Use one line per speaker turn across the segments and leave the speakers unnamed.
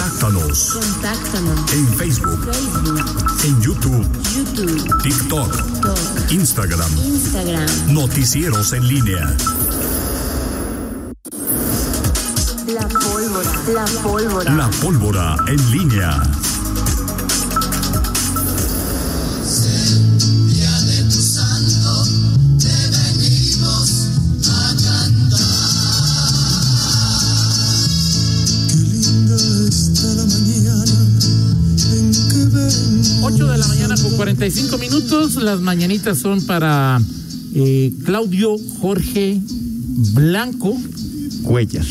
Contáctanos.
Contáctanos.
En Facebook,
Facebook,
en YouTube,
YouTube,
TikTok,
TikTok,
Instagram.
Instagram.
Noticieros en línea.
La pólvora. La pólvora.
La pólvora en línea.
Qué linda está la mañana en que ven.
8 de la mañana con 45 minutos. Las mañanitas son para eh, Claudio Jorge Blanco
Cuellar.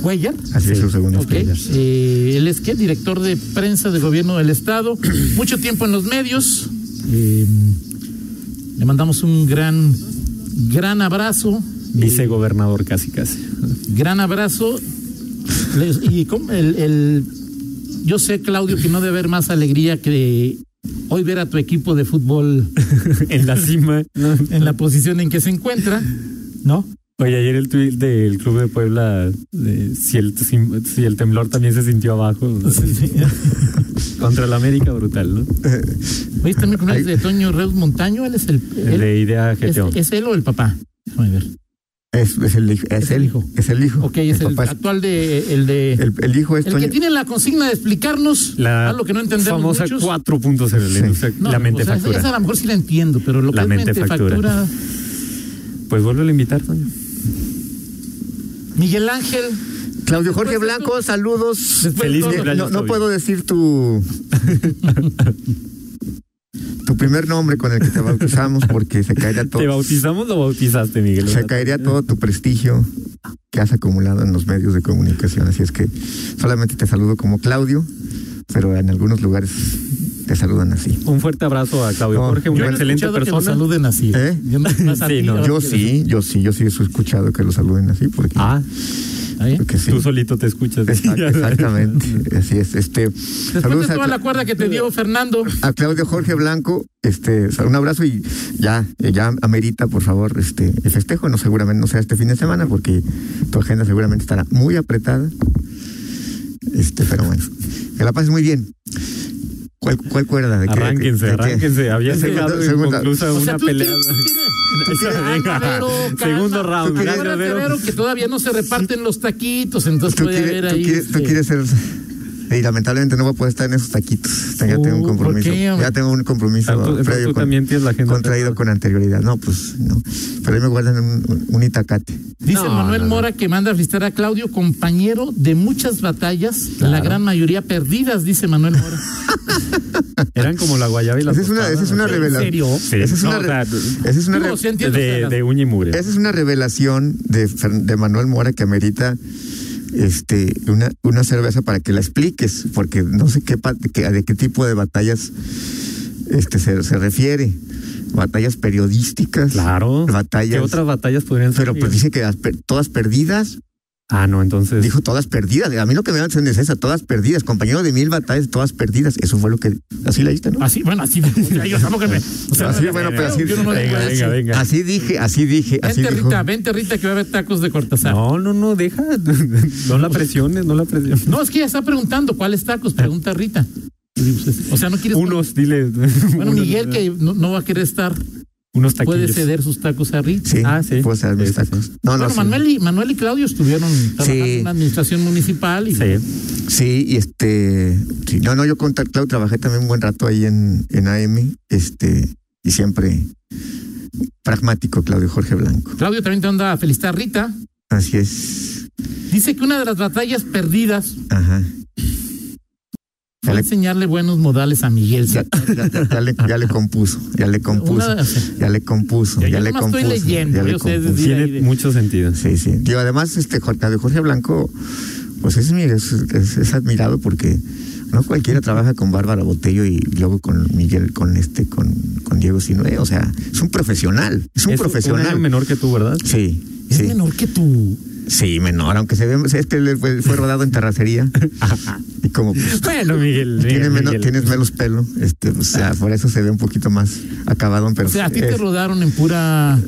Cuellar.
Así es su segundo
Ok.
Cuellar.
Eh, él es que director de prensa del gobierno del estado. Mucho tiempo en los medios. Eh, le mandamos un gran, gran abrazo.
Vicegobernador casi casi.
Gran abrazo. Les- y com- el, el- yo sé, Claudio, que no debe haber más alegría que hoy ver a tu equipo de fútbol
en la cima. ¿no?
en la posición en que se encuentra, ¿no?
Oye, ayer el tuit del Club de Puebla, de si, el, sim- si el temblor también se sintió abajo. ¿no? Contra el América, brutal, ¿no?
Eh, ¿Veis también con el este de Toño Reus Montaño? Él es el.
El
él-
de idea
eh, es,
GTO.
es él o el papá? Déjame ver.
Es, es el, hij- es,
el
el
hijo.
hijo. Es el hijo.
Ok, es el,
papá es-
actual de. El de. El,
el- el hijo es
que
Toño.
tiene la consigna de explicarnos
La
algo ah, que no entendemos.
famosa
muchos.
4.0, la,
Sí.
industria-
No,
la mente
o sea,
factura.
Esa a lo mejor sí la entiendo, pero lo
La
que es
mente factura. Pues vuelvo a invitar, Toño.
Miguel Ángel.
Claudio Jorge
Después de
Blanco, saludos.
pues Después
Feliz
todo.
de-
no,
cumpleaños,
no
Toby.
puedo decir tu tu primer nombre con el que te bautizamos porque se caería
¿Te
todo
bautizamos o bautizaste, Miguel?
se caería todo tu prestigio que has acumulado en los medios de comunicación así es que solamente te saludo como Claudio pero en algunos lugares te saludan así
Un fuerte abrazo a Claudio
No,
Jorge,
Yo
una
no he
excelente
escuchado que lo
persona.
saluden así.
¿Eh?
Yo no- más a
Sí,
ti,
no,
ahora
yo
que-
sí yo sí yo sí he escuchado que lo saluden así porque
Ah,
¿Ah, eh?
porque sí.
tú solito te escuchas.
Exact- exactamente así es este
Después de
saludos a
toda
Cla-
la cuerda que te dio Fernando.
a Claudio Jorge Blanco, este, un abrazo y ya, ya amerita, por favor, este, el festejo, no seguramente no sea este fin de semana, porque tu agenda seguramente estará muy apretada. Este, pero bueno, que la pases muy bien. ¿Cuál, cuál cuerda? ¿De qué-
Arránquense,
de qué?
arránquense. Había
Segunda-
quedado
segunda-
inconclusa
O
una
sea, tú
pelea.
Ay, Madero, calma.
Segundo round.
Tú
gran
quieres-
Madero.
Pero que todavía no se reparten los taquitos, entonces
Tú
puede haber
quieres, tú
ahí.
quieres- tú
este,
quieres ser... Y lamentablemente no voy a poder estar en esos taquitos. Ya
Uh,
tengo un
¿por
compromiso.
qué, hombre?
Ya tengo un compromiso.
Ah, tú- entonces
previo
tú también tienes la agenda
Contraído con anterioridad. No, pues no. Pero ahí me guardan un, un- un itacate.
Dice
No,
Manuel
no, no.
Mora que manda a felicitar a Claudio, compañero de muchas batallas, la
Claro.
gran mayoría perdidas, dice Manuel Mora.
Eran como la guayaba y la
Esa es una,
tostada,
esa es
¿no?
una
¿En
revelación.
serio?
Sí.
Esa es
No,
una,
o
re-
sea,
esa es una re-
Digo, sí entiendo, o sea,
de,
las-
de uña y mugre.
esa es una revelación de, Fer- de Manuel Mora que amerita este una, una cerveza para que la expliques, porque no sé qué pa- que- de qué tipo de batallas este se, se refiere. Batallas periodísticas.
Claro.
Batallas.
¿Qué otras batallas podrían ser?
Pero pues dice que las per- todas perdidas,
Ah, no, entonces.
dijo todas perdidas. A mí lo que me da la sensación es esa, todas perdidas, compañero de mil batallas, todas perdidas. Eso fue lo que así leíste, ¿no?
Así, bueno, así. O sea, yo tampoco me. O
Ah,
sea,
así,
eh,
bueno, pero así,
Ah, yo no lo digo
venga,
así.
venga, venga. así dije, así dije, así
Vente,
dijo.
Rita, vente, Rita, que va a haber tacos de Cortázar. No.
No, no, no, deja. No la presiones, no la presiones.
es que ella está preguntando cuáles tacos, pregunta Rita. O sea, no quieres.
Unos, dile.
Bueno,
unos-
Miguel, que no, no va a querer estar,
Unos taquillos.
puede ceder sus tacos a Rita.
Sí, pues,
Ah, sí.
puedo hacer
Sí,
mis
sí,
tacos. No,
Este,
no,
bueno,
sí.
Manuel, y, Manuel y Claudio estuvieron trabajando
Sí.
en la administración municipal y
Sí.
Sí, y este. sí, no, no, yo con Tar- Clau trabajé también un buen rato ahí en, en AM, este, y siempre pragmático, Claudio Jorge Blanco.
Claudio también te anda a felicitar Rita.
Así es.
Dice que una de las batallas perdidas
Ajá.
fue
Ya le-
enseñarle buenos modales a Miguel.
Ya, ya- ya- ya le, ya le compuso, ya le compuso,
Una-
ya le compuso,
Ya,
ya,
yo
le
nomás
compuso.
estoy leyendo,
ya le
yo sé,
compuso.
sí.
Tiene
ahí de-
mucho sentido.
Sí, sí. Digo, además, este Jorge, de Jorge Blanco, pues es, mire, es, es- es admirado porque no cualquiera trabaja con Bárbara Botello y luego con Miguel, con este, con, con Diego Sinue. O sea, es un profesional, es un
Es Un
profesional.
año menor que tú, ¿verdad?
sí,
Es
sí,
menor que tú.
sí, menor, aunque se ve, es que le fue, fue rodado en terracería. y como pues,
Bueno, Miguel.
tiene
Miguel,
menos,
Miguel.
tienes menos pelo, este, o sea, por eso se ve un poquito más acabado, pero
O sea, a ti te
es-
rodaron en pura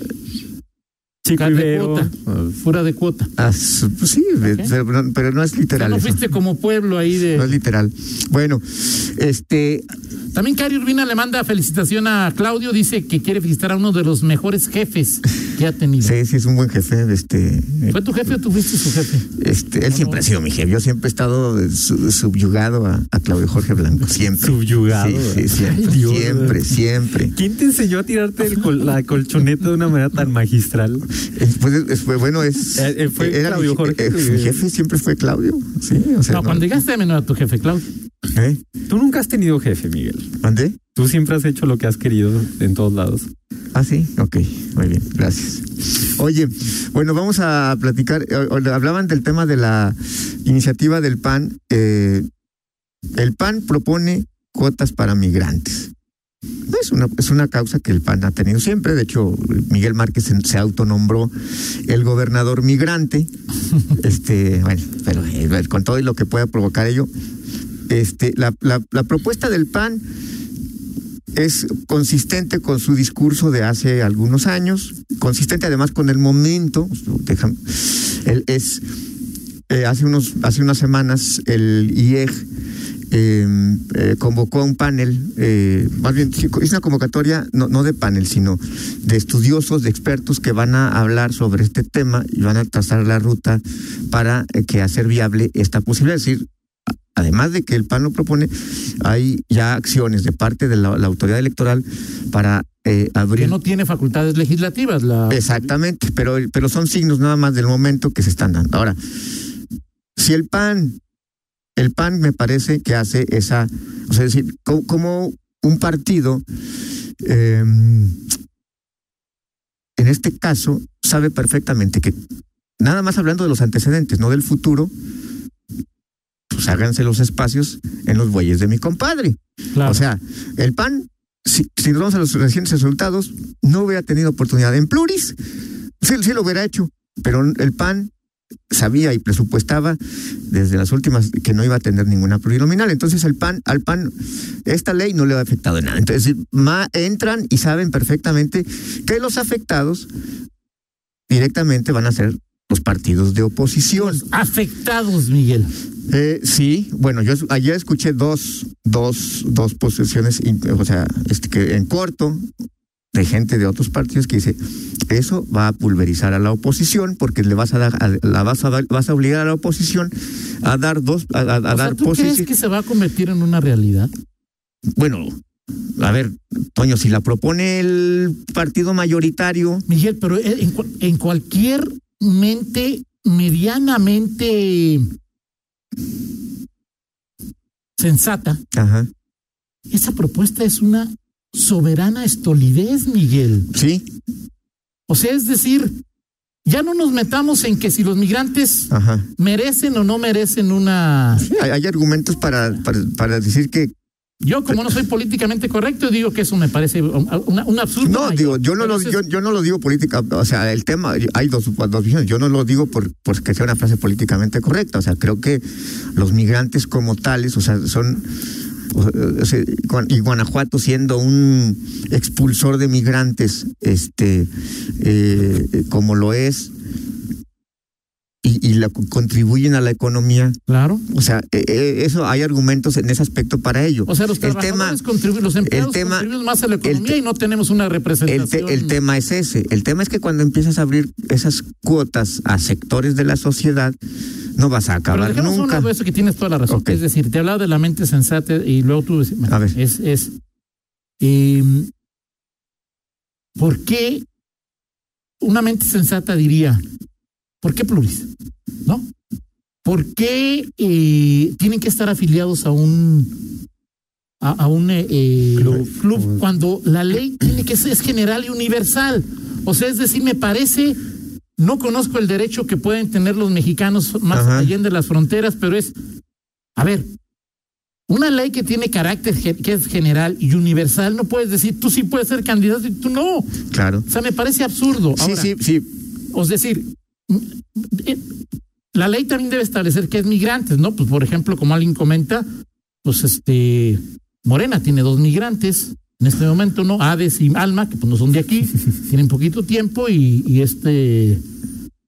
Chico
Fuera de
Ibero.
cuota.
Ah,
Fuera de cuota.
Ah, su- pues sí, pero, no- pero no es
O sea,
literal.
no
eso.
fuiste como pueblo ahí de.
No es literal. Bueno, este,
También Cari Urbina le manda felicitación a Claudio, dice que quiere felicitar a uno de los mejores jefes que ha tenido.
sí, sí es un buen jefe, este,
¿Fue tu jefe o tú fuiste su jefe?
este, él siempre ha sido mi jefe. Yo siempre he estado eh, su- subyugado a, a Claudio Jorge Blanco, siempre.
Subyugado,
Sí, sí,
¿verdad?
siempre,
Ay, Dios,
siempre,
¿verdad?
siempre.
¿Quién te enseñó a tirarte el col- la colchoneta de una manera tan magistral?
Eh, Pues, eh, fue- bueno, es
Eh, eh, fue
era
Claudio
mi,
Jorge.
eh, mi jefe siempre fue Claudio. Sí, o sea,
No,
no-
cuando llegaste también no era tu jefe, Claudio.
¿Eh?
Tú nunca has tenido jefe, Miguel.
¿Mandé?
Tú siempre has hecho lo que has querido en todos lados.
Ah, sí, ok, muy bien, gracias. Oye, bueno, vamos a platicar, eh, o- hablaban del tema de la iniciativa del PAN. eh, el PAN propone cuotas para migrantes. Es una, es una causa que el PAN ha tenido siempre, de hecho, Miguel Márquez se, se autonombró el gobernador migrante, este, bueno, pero eh, con todo y lo que pueda provocar ello, este, la, la- la propuesta del PAN es consistente con su discurso de hace algunos años, consistente además con el momento. Déjame- el- es eh, hace unos hace unas semanas el IEG eh, eh, convocó a un panel, eh, más bien sí, es una convocatoria no, no de panel, sino de estudiosos, de expertos que van a hablar sobre este tema y van a trazar la ruta para eh, que hacer viable esta posibilidad. Es decir, a- además de que el PAN lo propone, hay ya acciones de parte de la, la autoridad electoral para eh,
Que
abrir
no tiene facultades legislativas. La...
Eh, Exactamente, pero, pero son signos nada más del momento que se están dando. Ahora, si el PAN, el PAN me parece que hace esa, o sea, es decir, co- como, un partido, eh, en este caso, sabe perfectamente que, nada más hablando de los antecedentes, no del futuro, pues háganse los espacios en los bueyes de mi compadre.
Claro.
O sea, el PAN, si, si nos vamos a los recientes resultados, no hubiera tenido oportunidad. En pluris, sí, sí lo hubiera hecho, pero el PAN sabía y presupuestaba desde las últimas que no iba a tener ninguna plurinominal. Entonces el PAN, al PAN, esta ley no le ha afectado en nada. Entonces ma- entran y saben perfectamente que los afectados directamente van a ser los partidos de oposición.
Afectados, Miguel.
Eh, sí, bueno, yo es- ayer escuché dos, dos, dos posiciones, in- o sea, este, que en corto, de gente de otros partidos que dice, eso va a pulverizar a la oposición porque le vas a dar, a- la vas a, dar- vas a obligar a la oposición a dar dos, a, a- a
O sea,
dar pues,
¿Tú crees
posiciones.
que se va a convertir en una realidad?
Bueno, a ver, Toño, si la propone el partido mayoritario,
Miguel, pero eh, en, cu- en cualquier mente medianamente sensata,
ajá,
esa propuesta es una soberana estolidez, Miguel.
sí,
O sea, es decir, ya no nos metamos en que si los migrantes
ajá.
merecen o no merecen una...
Hay, hay argumentos para, para, para decir que
Yo, como no soy políticamente correcto, digo que eso me parece un, una- un absurdo.
No,
mayor.
digo, yo no,
Pero
lo,
eso
yo,
es-
yo no lo digo política, o sea, el tema, hay dos, dos visiones, yo no lo digo por, porque sea una frase políticamente correcta, o sea, creo que los migrantes como tales, o sea, son, o- o sea, Guan- y Guanajuato siendo un expulsor de migrantes, este, eh, como lo es, y, y la- contribuyen a la economía,
Claro.
o sea, eh, eh, eso, hay argumentos en ese aspecto para ello.
O sea, los
el tema,
trabajadores contribuyen, los empleados
el tema-
contribuyen más a la
el te-
economía y no tenemos una
el, te-
representación.
el tema es ese. El tema es que cuando empiezas a abrir esas cuotas a sectores de la sociedad, no vas a
Pero
acabar
dejemos
nunca.
un lado eso que tienes toda la razón.
Ok.
Es decir, te hablaba de la mente sensata y luego tú decías, bueno,
A ver.
es, es em, ¿por qué una mente sensata diría, ¿por qué pluris? ¿No? ¿Por qué eh, tienen que estar afiliados a un a, a un eh, eh,
Club.
club, cuando la ley tiene que ser es general y universal? O sea, es decir, me parece no conozco el derecho que pueden tener los mexicanos más
Ajá.
allá de las fronteras, pero es, a ver, una ley que tiene carácter ge- que es general y universal, no puedes decir tú sí puedes ser candidato y tú no. O
Claro.
sea, me parece absurdo. Ahora,
sí, sí, sí.
Es decir, mm, eh, la ley también debe establecer que es migrantes, ¿no? Pues por ejemplo, como alguien comenta, pues este, Morena tiene dos migrantes, En este momento, ¿no? Hades y Alma, que pues no son de aquí, tienen poquito tiempo y, y este.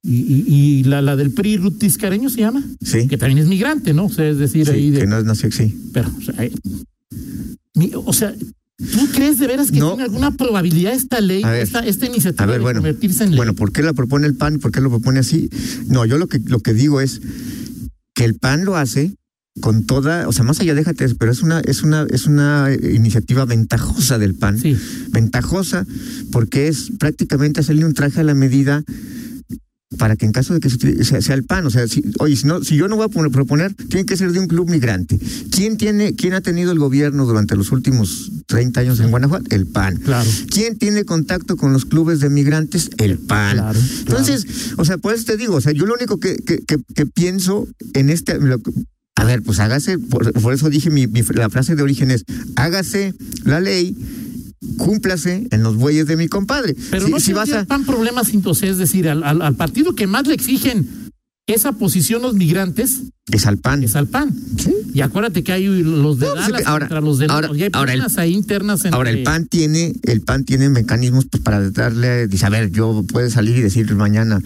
Y, y- y la, la del PRI, Ruth Tiscareño se llama,
Sí.
que también es migrante, ¿no? O sea, es decir,
Sí,
ahí de.
que no es nació, sí.
Pero, o sea, eh, mi- o sea, ¿tú crees de veras que
No.
tiene alguna probabilidad esta ley,
A ver.
esta, esta iniciativa
A ver,
de
bueno.
convertirse en ley?
Bueno, ¿por qué la propone el PAN? ¿Por qué lo propone así? No, yo lo que, lo que digo es que el PAN lo hace con toda, o sea, más allá déjate, eso, pero es una, es una, es una eh, iniciativa ventajosa del PAN.
sí,
ventajosa porque es prácticamente hacerle un traje a la medida para que en caso de que se utilice- sea, sea el PAN, o sea, si, oye, si, no, si yo no voy a poner- proponer, tiene que ser de un club migrante. ¿Quién, tiene, ¿Quién ha tenido el gobierno durante los últimos 30 años en Guanajuato? El PAN.
claro.
¿Quién tiene contacto con los clubes de migrantes? El PAN.
Claro, claro.
Entonces, o sea, por eso te digo, o sea, yo lo único que, que, que- que pienso en este... lo que- a ver, pues hágase, por, por eso dije mi, mi- la frase de origen es, hágase la ley, cúmplase en los bueyes de mi compadre.
Pero
si,
no
si vas a...
tan problemas entonces, es decir, al, al- al partido que más le exigen esa posición los migrantes
Es al PAN.
es al PAN.
Sí.
Y acuérdate que hay los de
No, pues,
Dallas
ahora-
contra los de
ahora-
y hay
ahora el-
personas ahí internas en
Ahora el PAN tiene, el PAN tiene mecanismos pues, para darle, dice, a ver, yo puedo salir y decir mañana,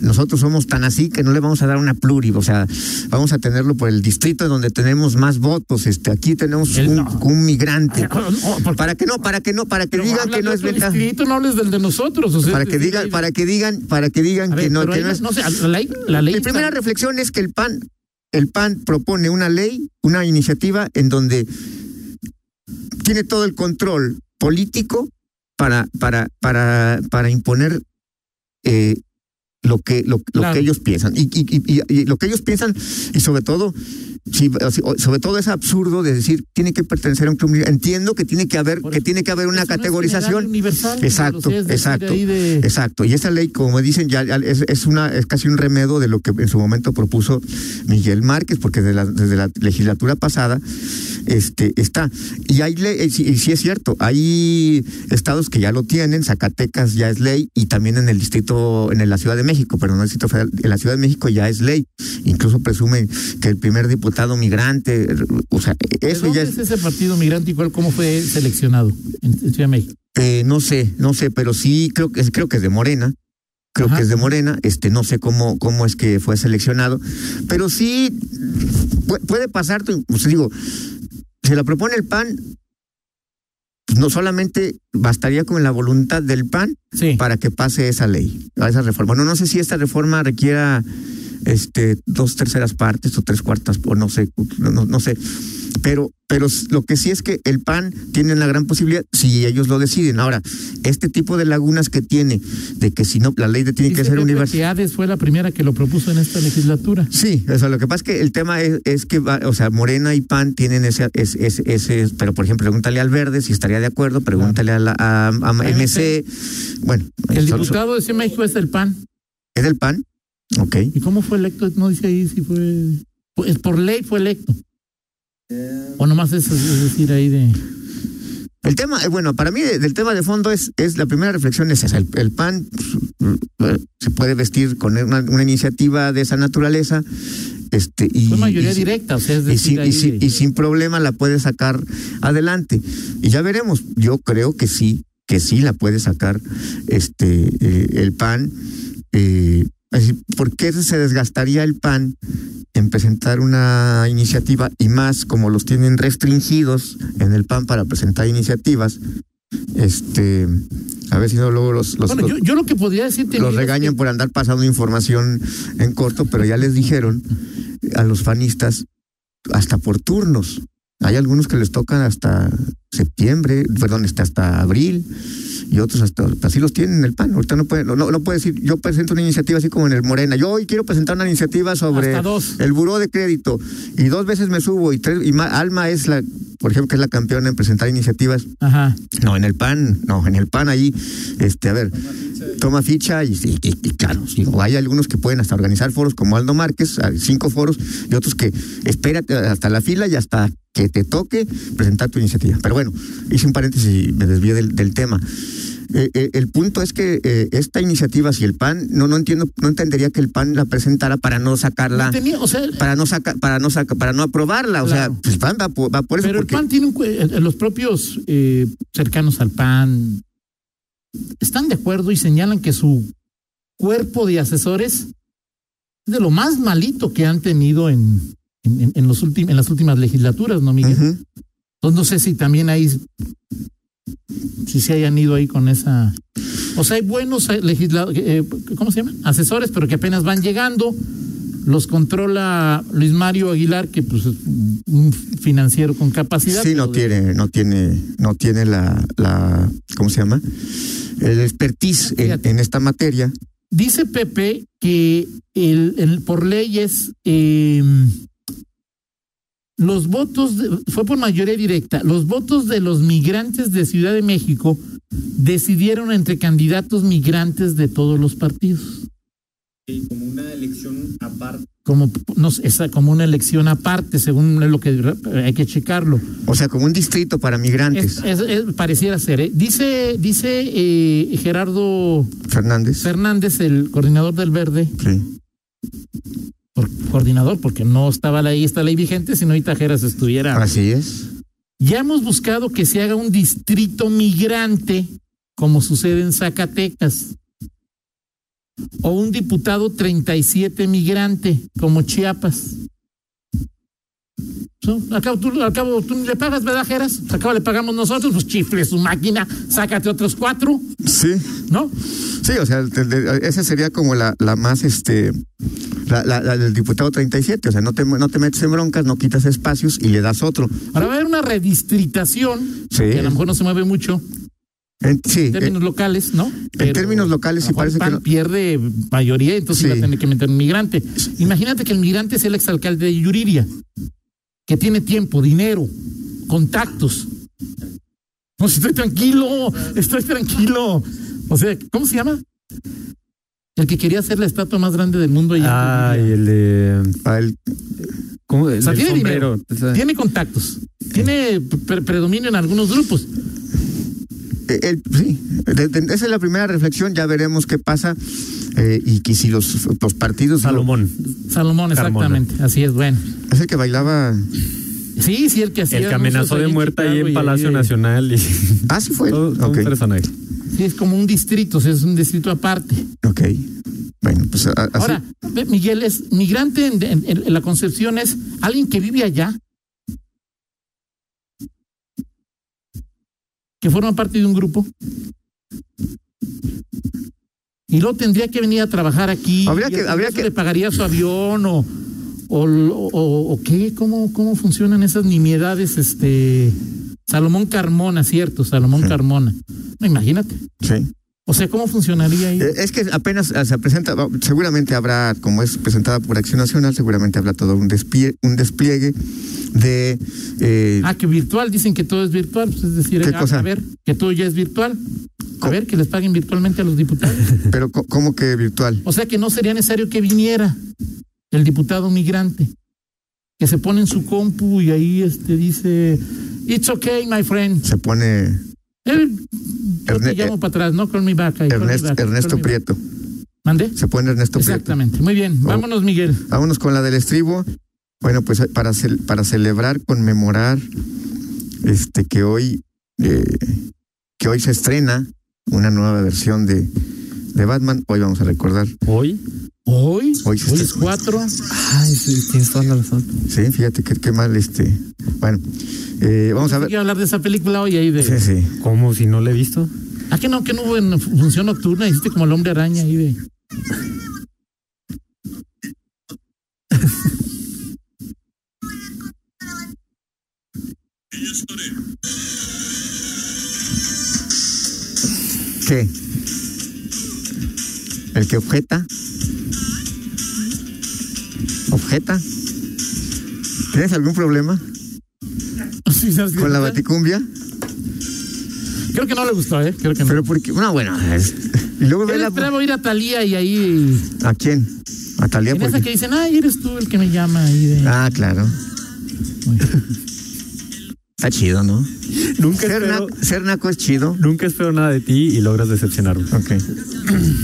nosotros somos tan así que no le vamos a dar una pluri, o sea, vamos a tenerlo por el distrito donde tenemos más votos, este, aquí tenemos
El
un,
no.
un migrante.
para
Para que no, para que no, para que
que
digan que no es ventaja.
no hables del de nosotros. o sea,
Para que
es decir,
digan,
hay-
para que digan, para que digan
A ver,
que no,
pero
que
hay-
no es.
no sé, la ley, la ley
Mi
está-
primera reflexión es que el PAN, el PAN propone una ley, una iniciativa en donde tiene todo el control político para, para, para, para imponer eh, lo que, lo, lo
Claro.
que ellos piensan. Y, y- y- y- y lo que ellos piensan, y sobre todo, si- o si- o sobre todo es absurdo de decir tiene que pertenecer a un club. Entiendo que tiene que haber,
Por
que
eso-
tiene que haber una
Eso no es general,
categorización.
universal, pero,
Exacto,
o sea, es decir,
exacto,
ahí de-
Exacto, y esa ley, como dicen, ya ya es, es una es casi un remedo de lo que en su momento propuso Miguel Márquez, porque desde la, desde la legislatura pasada este está. Y hay ley, y sí, y sí es cierto, hay estados que ya lo tienen, Zacatecas ya es ley, y también en el distrito, en la Ciudad de México, pero no el distrito federal, en la Ciudad de México ya es ley. Incluso presumen que el primer diputado migrante, o sea,
¿De
eso
dónde
ya
es ese partido migrante y cuál, cómo fue seleccionado en, en Ciudad de México?
Eh, no sé, no sé, pero sí creo que es, creo que es de Morena. Creo
Ajá.
que es de Morena, este no sé cómo, cómo es que fue seleccionado, pero sí pu- puede pasar, tú- pues digo, se la propone el PAN, pues, no solamente bastaría con la voluntad del PAN
Sí.
para que pase esa ley, a esa reforma. No, no sé si esta reforma requiera este dos terceras partes o tres cuartas, o no sé, no, no, no sé. Pero, pero s- lo que sí es que el PAN tiene la gran posibilidad, si ellos lo deciden. Ahora, este tipo de lagunas que tiene, de que si no, la ley de- tiene que
Dice
ser
Pepe
universal.
que Hades fue la primera que lo propuso en esta legislatura.
Sí, o sea, lo que pasa es que el tema es, es que, va- o sea, Morena y PAN tienen ese, es- es- ese, pero por ejemplo, pregúntale al Verde si estaría de acuerdo, pregúntale a, la, a, a MC. Bueno,
El
son-
diputado de Ciudad de México es del PAN.
¿es del PAN? Ok.
¿Y cómo fue electo? No dice ahí si fue. Pues por ley fue electo. O nomás eso, es decir, ahí de.
El tema, eh, bueno, para mí el tema de fondo es, es la primera reflexión es esa. El, el PAN pues, eh, se puede vestir con una, una iniciativa de esa naturaleza, este, y,
Fue Pues, mayoría
y-
directa, o sea, es
y
decir,
sin,
ahí
y, sin,
de-
y sin problema la puede sacar adelante. Y ya veremos. Yo creo que sí, que sí la puede sacar este eh, el PAN. Eh, es decir, ¿Por qué se desgastaría el PAN en presentar una iniciativa y más como los tienen restringidos en el PAN para presentar iniciativas? Este, a ver si no luego los, los,
Bueno, yo,
los-
yo lo que podría decirte.
los
mira, es
regañan
que-
por andar pasando información en corto, pero ya les dijeron a los fanistas hasta por turnos. Hay algunos que les tocan hasta septiembre, perdón, hasta, hasta abril, y otros hasta, así los tienen en el PAN. Ahorita no puede, no, no, no puede decir, yo presento una iniciativa así como en el Morena. Yo hoy quiero presentar una iniciativa sobre
Hasta dos.
el buró de crédito y dos veces me subo y tres, y ma- Alma es la, por ejemplo, que es la campeona en presentar iniciativas
Ajá.
no, en el PAN, no, en el PAN ahí, este, a ver, toma ficha y, y- y- y claro, sí, o hay algunos que pueden hasta organizar foros como Aldo Márquez, hay cinco foros, y otros que espérate hasta la fila y hasta que te toque presentar tu iniciativa. Pero bueno, hice un paréntesis y me desvié del, del tema. eh, eh, el punto es que eh, esta iniciativa, si el PAN, no, no entiendo, no entendería que el PAN la presentara para no sacarla,
Tenía, o sea,
para no saca, para no saca, para no aprobarla. O
Claro.
sea, pues PAN va, por- va por eso.
pero
porque-
el PAN tiene un, cu- eh, eh, los propios eh, cercanos al PAN están de acuerdo y señalan que su cuerpo de asesores es de lo más malito que han tenido en, en, en- en los últim- en las últimas legislaturas, ¿no, Miguel?
Ujú.
Entonces Pues no sé si también ahí, si se hayan ido ahí con esa... O sea, hay buenos eh, legisla- eh, ¿cómo se llama? Asesores, pero que apenas van llegando. Los controla Luis Mario Aguilar, que pues es un financiero con capacidad.
Sí,
pero
no
de-
tiene, no tiene, no tiene la, la, ¿cómo se llama? El expertise en,
Fíjate.
en esta materia.
Dice Pepe que el, el- por leyes eh, los votos de- fue por mayoría directa. Los votos de los migrantes de Ciudad de México decidieron entre candidatos migrantes de todos los partidos. como una elección aparte. Como, no sé, esa- como una elección aparte, según lo que re- hay que checarlo.
O sea, como un distrito para migrantes.
Es- es- es- pareciera ser. ¿eh? Dice, dice eh, Gerardo
Fernández.
Fernández, el coordinador del Verde,
Sí.
por coordinador, porque no estaba la, esta ley vigente, si no ahorita Jeras estuviera.
Así es.
Ya hemos buscado que se haga un distrito migrante, como sucede en Zacatecas, o un diputado 37 migrante, como Chiapas. So, Al cabo, tú, al cabo, tú ni le pagas, ¿verdad, Jeras? Al cabo le pagamos nosotros, pues chifle su máquina, sácate otros cuatro,
Sí.
¿no?
Sí, o sea, el- el- esa sería como la, la más, este, la, la- la del diputado 37. O sea, no te, no te metes en broncas, no quitas espacios y le das otro.
Ahora va a haber una redistritación,
Sí.
que a lo mejor no se mueve mucho,
En, sí, eh,
en términos locales, ¿no? Pero
términos locales
a lo
sí
mejor
parece
PAN
que no-
pierde mayoría, entonces
Sí.
va a tener que meter un migrante. Imagínate que el migrante es el exalcalde de Yuriria, que tiene tiempo, dinero, contactos. No, si estoy tranquilo, estoy tranquilo. O sea, ¿cómo se llama? El que quería hacer la estatua más grande del mundo. allá en
Ah.
Ay,
Yuriria.
el de.
eh, al-
¿Cómo? El,
sea,
del
tiene
sombrero. O sea,
Tiene contactos, tiene pre- predominio en algunos grupos.
eh, el- sí, de- de- esa es la primera reflexión. Ya veremos qué pasa eh, y que si los, los partidos.
Salomón.
Salomón,
Carmona.
exactamente. Así es, bueno.
Es el que bailaba.
Sí, sí, el que hacía.
El que amenazó
anuncios
de
en
muerte ahí
Chicago
en
y
Palacio
ahí- eh,
Nacional. Y...
Ah, sí fue. él.
Todo, todo
Ok,
un personaje.
Sí, es como un distrito, o sea, es un distrito aparte.
ok. Bueno, pues a- así.
Ahora, ve, Miguel es migrante en, en- en la concepción, es alguien que vive allá, que forma parte de un grupo. Y luego tendría que venir a trabajar aquí.
Habría
y
que-
el
habría
Congreso
que-
¿Le pagaría su avión o, o, o- o qué? ¿Cómo, ¿Cómo funcionan esas nimiedades? Este Salomón Carmona, cierto, Salomón
Sí.
Carmona. No, imagínate.
sí.
O sea, ¿cómo funcionaría ahí?
Eh, Es que apenas ah, se presenta, va- seguramente habrá, como es presentada por Acción Nacional, seguramente habrá todo un despliegue, un despliegue de... eh,
Ah, que virtual, dicen que todo es virtual, pues es decir,
¿Qué
a,
cosa?
a ver, que todo ya es virtual. A ver, que les paguen virtualmente a los diputados.
Pero co- ¿cómo que virtual?
O sea que no sería necesario que viniera el diputado migrante, que se pone en su compu y ahí este dice, it's okay, my friend.
Se pone
Eh, yo te
Erne-
llamo para atrás, no, call me back. ahí, call me
Ernest-
back,
Ernesto
call me back.
Prieto.
¿Mandé?
Se pone Ernesto Oh. Prieto.
Exactamente, muy bien. Vámonos, Miguel.
Vámonos con la del estribo. Bueno, pues eh, para, cel- para celebrar, conmemorar, este, que hoy, eh, que hoy se estrena una nueva versión de, de Batman. Hoy vamos a recordar,
Hoy.
Hoy,
Hoy se
hoy
está-
es cuatro.
Ay, sí, tienes toda la razón.
sí, fíjate qué, qué mal, este, bueno, eh, vamos a ver.
Quiero hablar de esa película hoy ahí de.
Sí, sí.
¿Cómo? Si no le he visto.
Ah, que no, que no hubo en función nocturna, hiciste como el hombre araña ahí de.
¿Qué? ¿El que objeta? ¿Objeta? ¿Tienes algún problema
Sí, ¿sabes qué?
con la baticumbia?
Creo que no le gustó, ¿eh? Creo que no.
Pero porque, no, bueno, es- y luego ve
Él
la...
esperaba ir a Talía y ahí.
¿A quién? ¿A Talía?
En esa
Porque...
que dicen, ay, eres tú el que me llama ahí de.
Ah, claro. Está chido, ¿no?
Nunca
Ser,
espero,
na- ser naco es chido.
nunca espero nada de ti y logras decepcionarme.
Ok.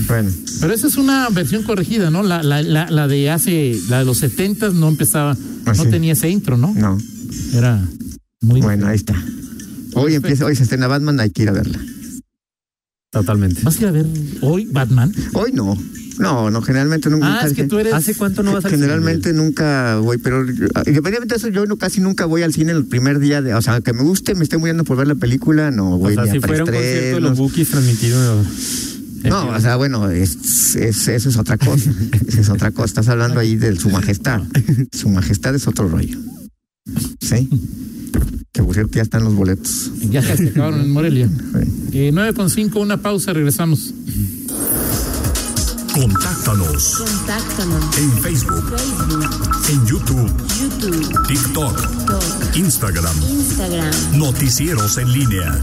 bueno.
Pero esa es una versión corregida, ¿no? La, la, la, la de hace, la de los 70 no empezaba,
Ah,
no
sí.
tenía ese intro, ¿no?
No.
Era muy
Bueno, ahí está. Hoy empieza, hoy se estrena Batman, hay que ir a verla.
Totalmente.
¿Vas a ir a ver hoy Batman?
Hoy no. No, no, generalmente nunca.
Ah, es que tú eres.
¿Hace cuánto no vas al
Generalmente nunca voy, pero eh, independientemente de eso, yo no, casi nunca voy al cine el primer día. De, o sea, que me guste, me esté muriendo por ver la película, no,
cine?
voy
O sea,
ni a
si fuera un concierto de los
preestrenos.
Bookies transmitido. en
No,
vivo.
o sea, bueno, es, es- eso es otra cosa. Eso es otra cosa. Estás hablando ahí de su majestad. Su majestad es otro rollo. ¿Sí? Que por cierto ya están los boletos.
Ya se acabaron en Morelia.
Sí.
Eh, 9.5, una pausa, regresamos.
Contáctanos
Contáctanos.
en Facebook,
Facebook,
en YouTube,
YouTube,
TikTok,
Talk,
Instagram,
Instagram.
Noticieros en línea.